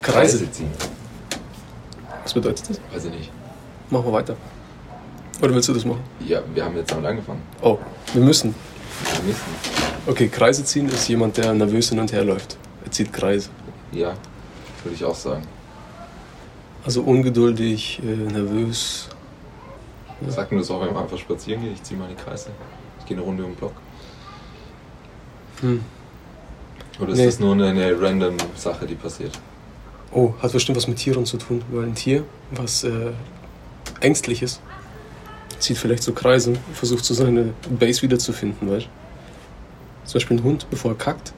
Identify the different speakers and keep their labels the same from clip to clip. Speaker 1: Kreise.
Speaker 2: Kreise ziehen.
Speaker 1: Was bedeutet das?
Speaker 2: Weiß ich nicht.
Speaker 1: Machen wir weiter. Oder willst du das machen?
Speaker 2: Ja, wir haben jetzt damit angefangen.
Speaker 1: Oh, wir müssen.
Speaker 2: Wir müssen.
Speaker 1: Okay, Kreise ziehen ist jemand, der nervös hin und her läuft. Er zieht Kreise.
Speaker 2: Ja, würde ich auch sagen.
Speaker 1: Also ungeduldig, äh, nervös. Ja.
Speaker 2: Sag mir das auch, wenn man einfach spazieren geht. Ich ziehe meine Kreise. Ich gehe eine Runde um den Block.
Speaker 1: Hm.
Speaker 2: Oder ist
Speaker 1: Nee.
Speaker 2: das nur eine, eine random Sache, die passiert?
Speaker 1: Oh, hat bestimmt was mit Tieren zu tun, weil ein Tier, was äh, ängstlich ist, zieht vielleicht so Kreise und versucht so seine Base wiederzufinden, weißt du? Zum Beispiel ein Hund, bevor er kackt,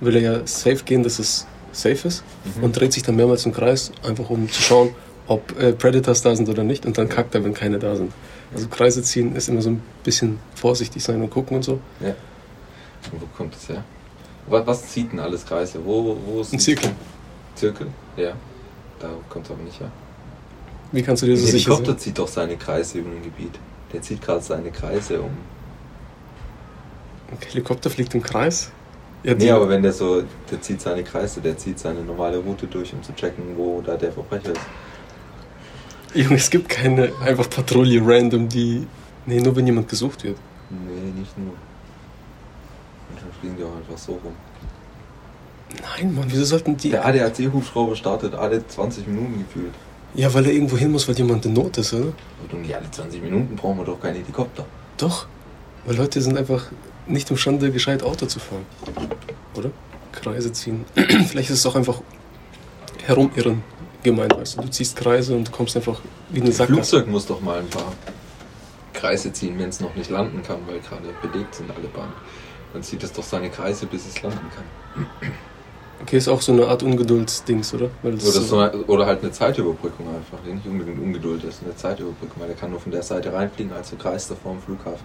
Speaker 1: will er ja safe gehen, dass es safe ist
Speaker 2: Mhm.
Speaker 1: und dreht sich dann mehrmals im Kreis, einfach um zu schauen, ob äh, Predators da sind oder nicht und dann kackt er, wenn keine da sind. Also Kreise ziehen ist immer so ein bisschen vorsichtig sein und gucken und so.
Speaker 2: Und wo kommt das her? Was, was zieht denn alles Kreise? Wo, wo ist
Speaker 1: Ein Zirkel.
Speaker 2: Zirkel? Ja. Da kommt es aber nicht her.
Speaker 1: Wie kannst du dir
Speaker 2: Der
Speaker 1: so sicher sein?
Speaker 2: Helikopter zieht doch seine Kreise über ein Gebiet. Der zieht gerade seine Kreise um.
Speaker 1: Ein Helikopter fliegt im Kreis? Ja,
Speaker 2: Nee, aber wenn der so, der zieht seine Kreise, der zieht seine normale Route durch, um zu checken, wo da der Verbrecher ist.
Speaker 1: Junge, es gibt keine einfach Patrouille random, die. Nee, nur wenn jemand gesucht wird.
Speaker 2: Nee, nicht nur. Und dann fliegen die auch einfach so rum.
Speaker 1: Nein, Mann, wieso sollten die.
Speaker 2: Der ADAC-Hubschrauber startet alle 20 Minuten gefühlt.
Speaker 1: Ja, weil er irgendwo hin muss, weil jemand in Not ist, oder?
Speaker 2: Aber doch nicht alle 20 Minuten brauchen wir doch keinen Helikopter.
Speaker 1: Doch. Weil Leute sind einfach nicht imstande, gescheit Auto zu fahren. Oder? Kreise ziehen. Vielleicht ist es auch einfach herumirren gemeint, weißt du? Du ziehst Kreise und kommst einfach wie eine
Speaker 2: Das
Speaker 1: Sackgasse.
Speaker 2: Flugzeug muss doch mal ein paar Kreise ziehen, wenn es noch nicht landen kann, weil gerade belegt sind alle Bahnen. Dann zieht es doch seine Kreise, bis es landen kann.
Speaker 1: Okay, ist auch so eine Art Ungeduldsdings, oder? Weil das
Speaker 2: Oder, so eine, oder halt eine Zeitüberbrückung einfach, die nicht unbedingt Ungeduld ist, eine Zeitüberbrückung, weil der kann nur von der Seite reinfliegen, also kreist er vorm Flughafen.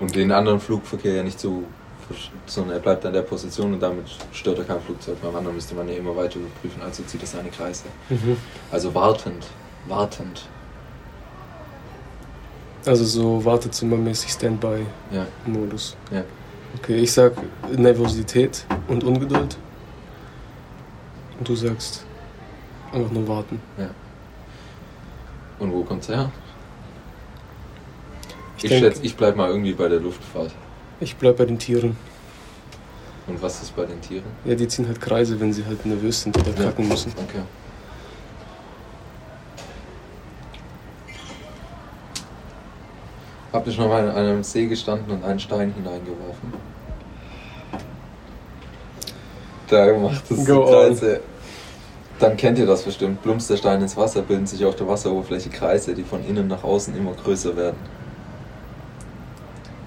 Speaker 2: Und den anderen Flugverkehr ja nicht so, versch- sondern er bleibt an der Position und damit stört er kein Flugzeug. Beim anderen müsste man ja immer weiter überprüfen, also zieht er seine Kreise.
Speaker 1: Mhm.
Speaker 2: Also wartend, wartend,
Speaker 1: Also so Wartezimmermäßig Standby.
Speaker 2: ja.
Speaker 1: Modus.
Speaker 2: Ja.
Speaker 1: Okay, ich sag Nervosität und Ungeduld. Und du sagst einfach nur warten.
Speaker 2: Und wo kommt's her? Ich,
Speaker 1: denk,
Speaker 2: schätze, ich bleib mal irgendwie bei der Luftfahrt.
Speaker 1: ich bleib bei den Tieren.
Speaker 2: Und was ist bei den Tieren?
Speaker 1: Ja, die ziehen halt Kreise, wenn sie halt nervös sind oder kacken müssen.
Speaker 2: Okay. Habt ihr schon mal in einem See gestanden und einen Stein hineingeworfen? Da macht es
Speaker 1: Go
Speaker 2: die
Speaker 1: on.
Speaker 2: Kreise. Dann kennt ihr das bestimmt. Plumpst der Stein ins Wasser, bilden sich auf der Wasseroberfläche Kreise, die von innen nach außen immer größer werden.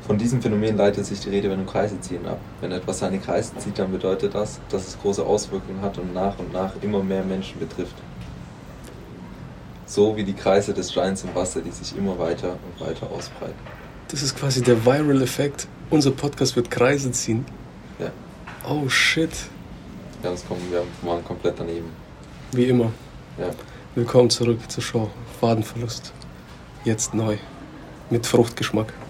Speaker 2: Von diesem Phänomen leitet sich die Redewendung Kreise ziehen ab. Wenn etwas seine Kreise zieht, dann bedeutet das, dass es große Auswirkungen hat und nach und nach immer mehr Menschen betrifft. So wie die Kreise des Steins im Wasser, die sich immer weiter und weiter ausbreiten.
Speaker 1: Das ist quasi der Viral Effekt. Unser Podcast wird Kreise ziehen.
Speaker 2: Ja.
Speaker 1: Oh shit.
Speaker 2: Ja, das kommen wir waren komplett daneben.
Speaker 1: Wie immer.
Speaker 2: Ja.
Speaker 1: Willkommen zurück zur Show. Fadenverlust. Jetzt neu. Mit Fruchtgeschmack.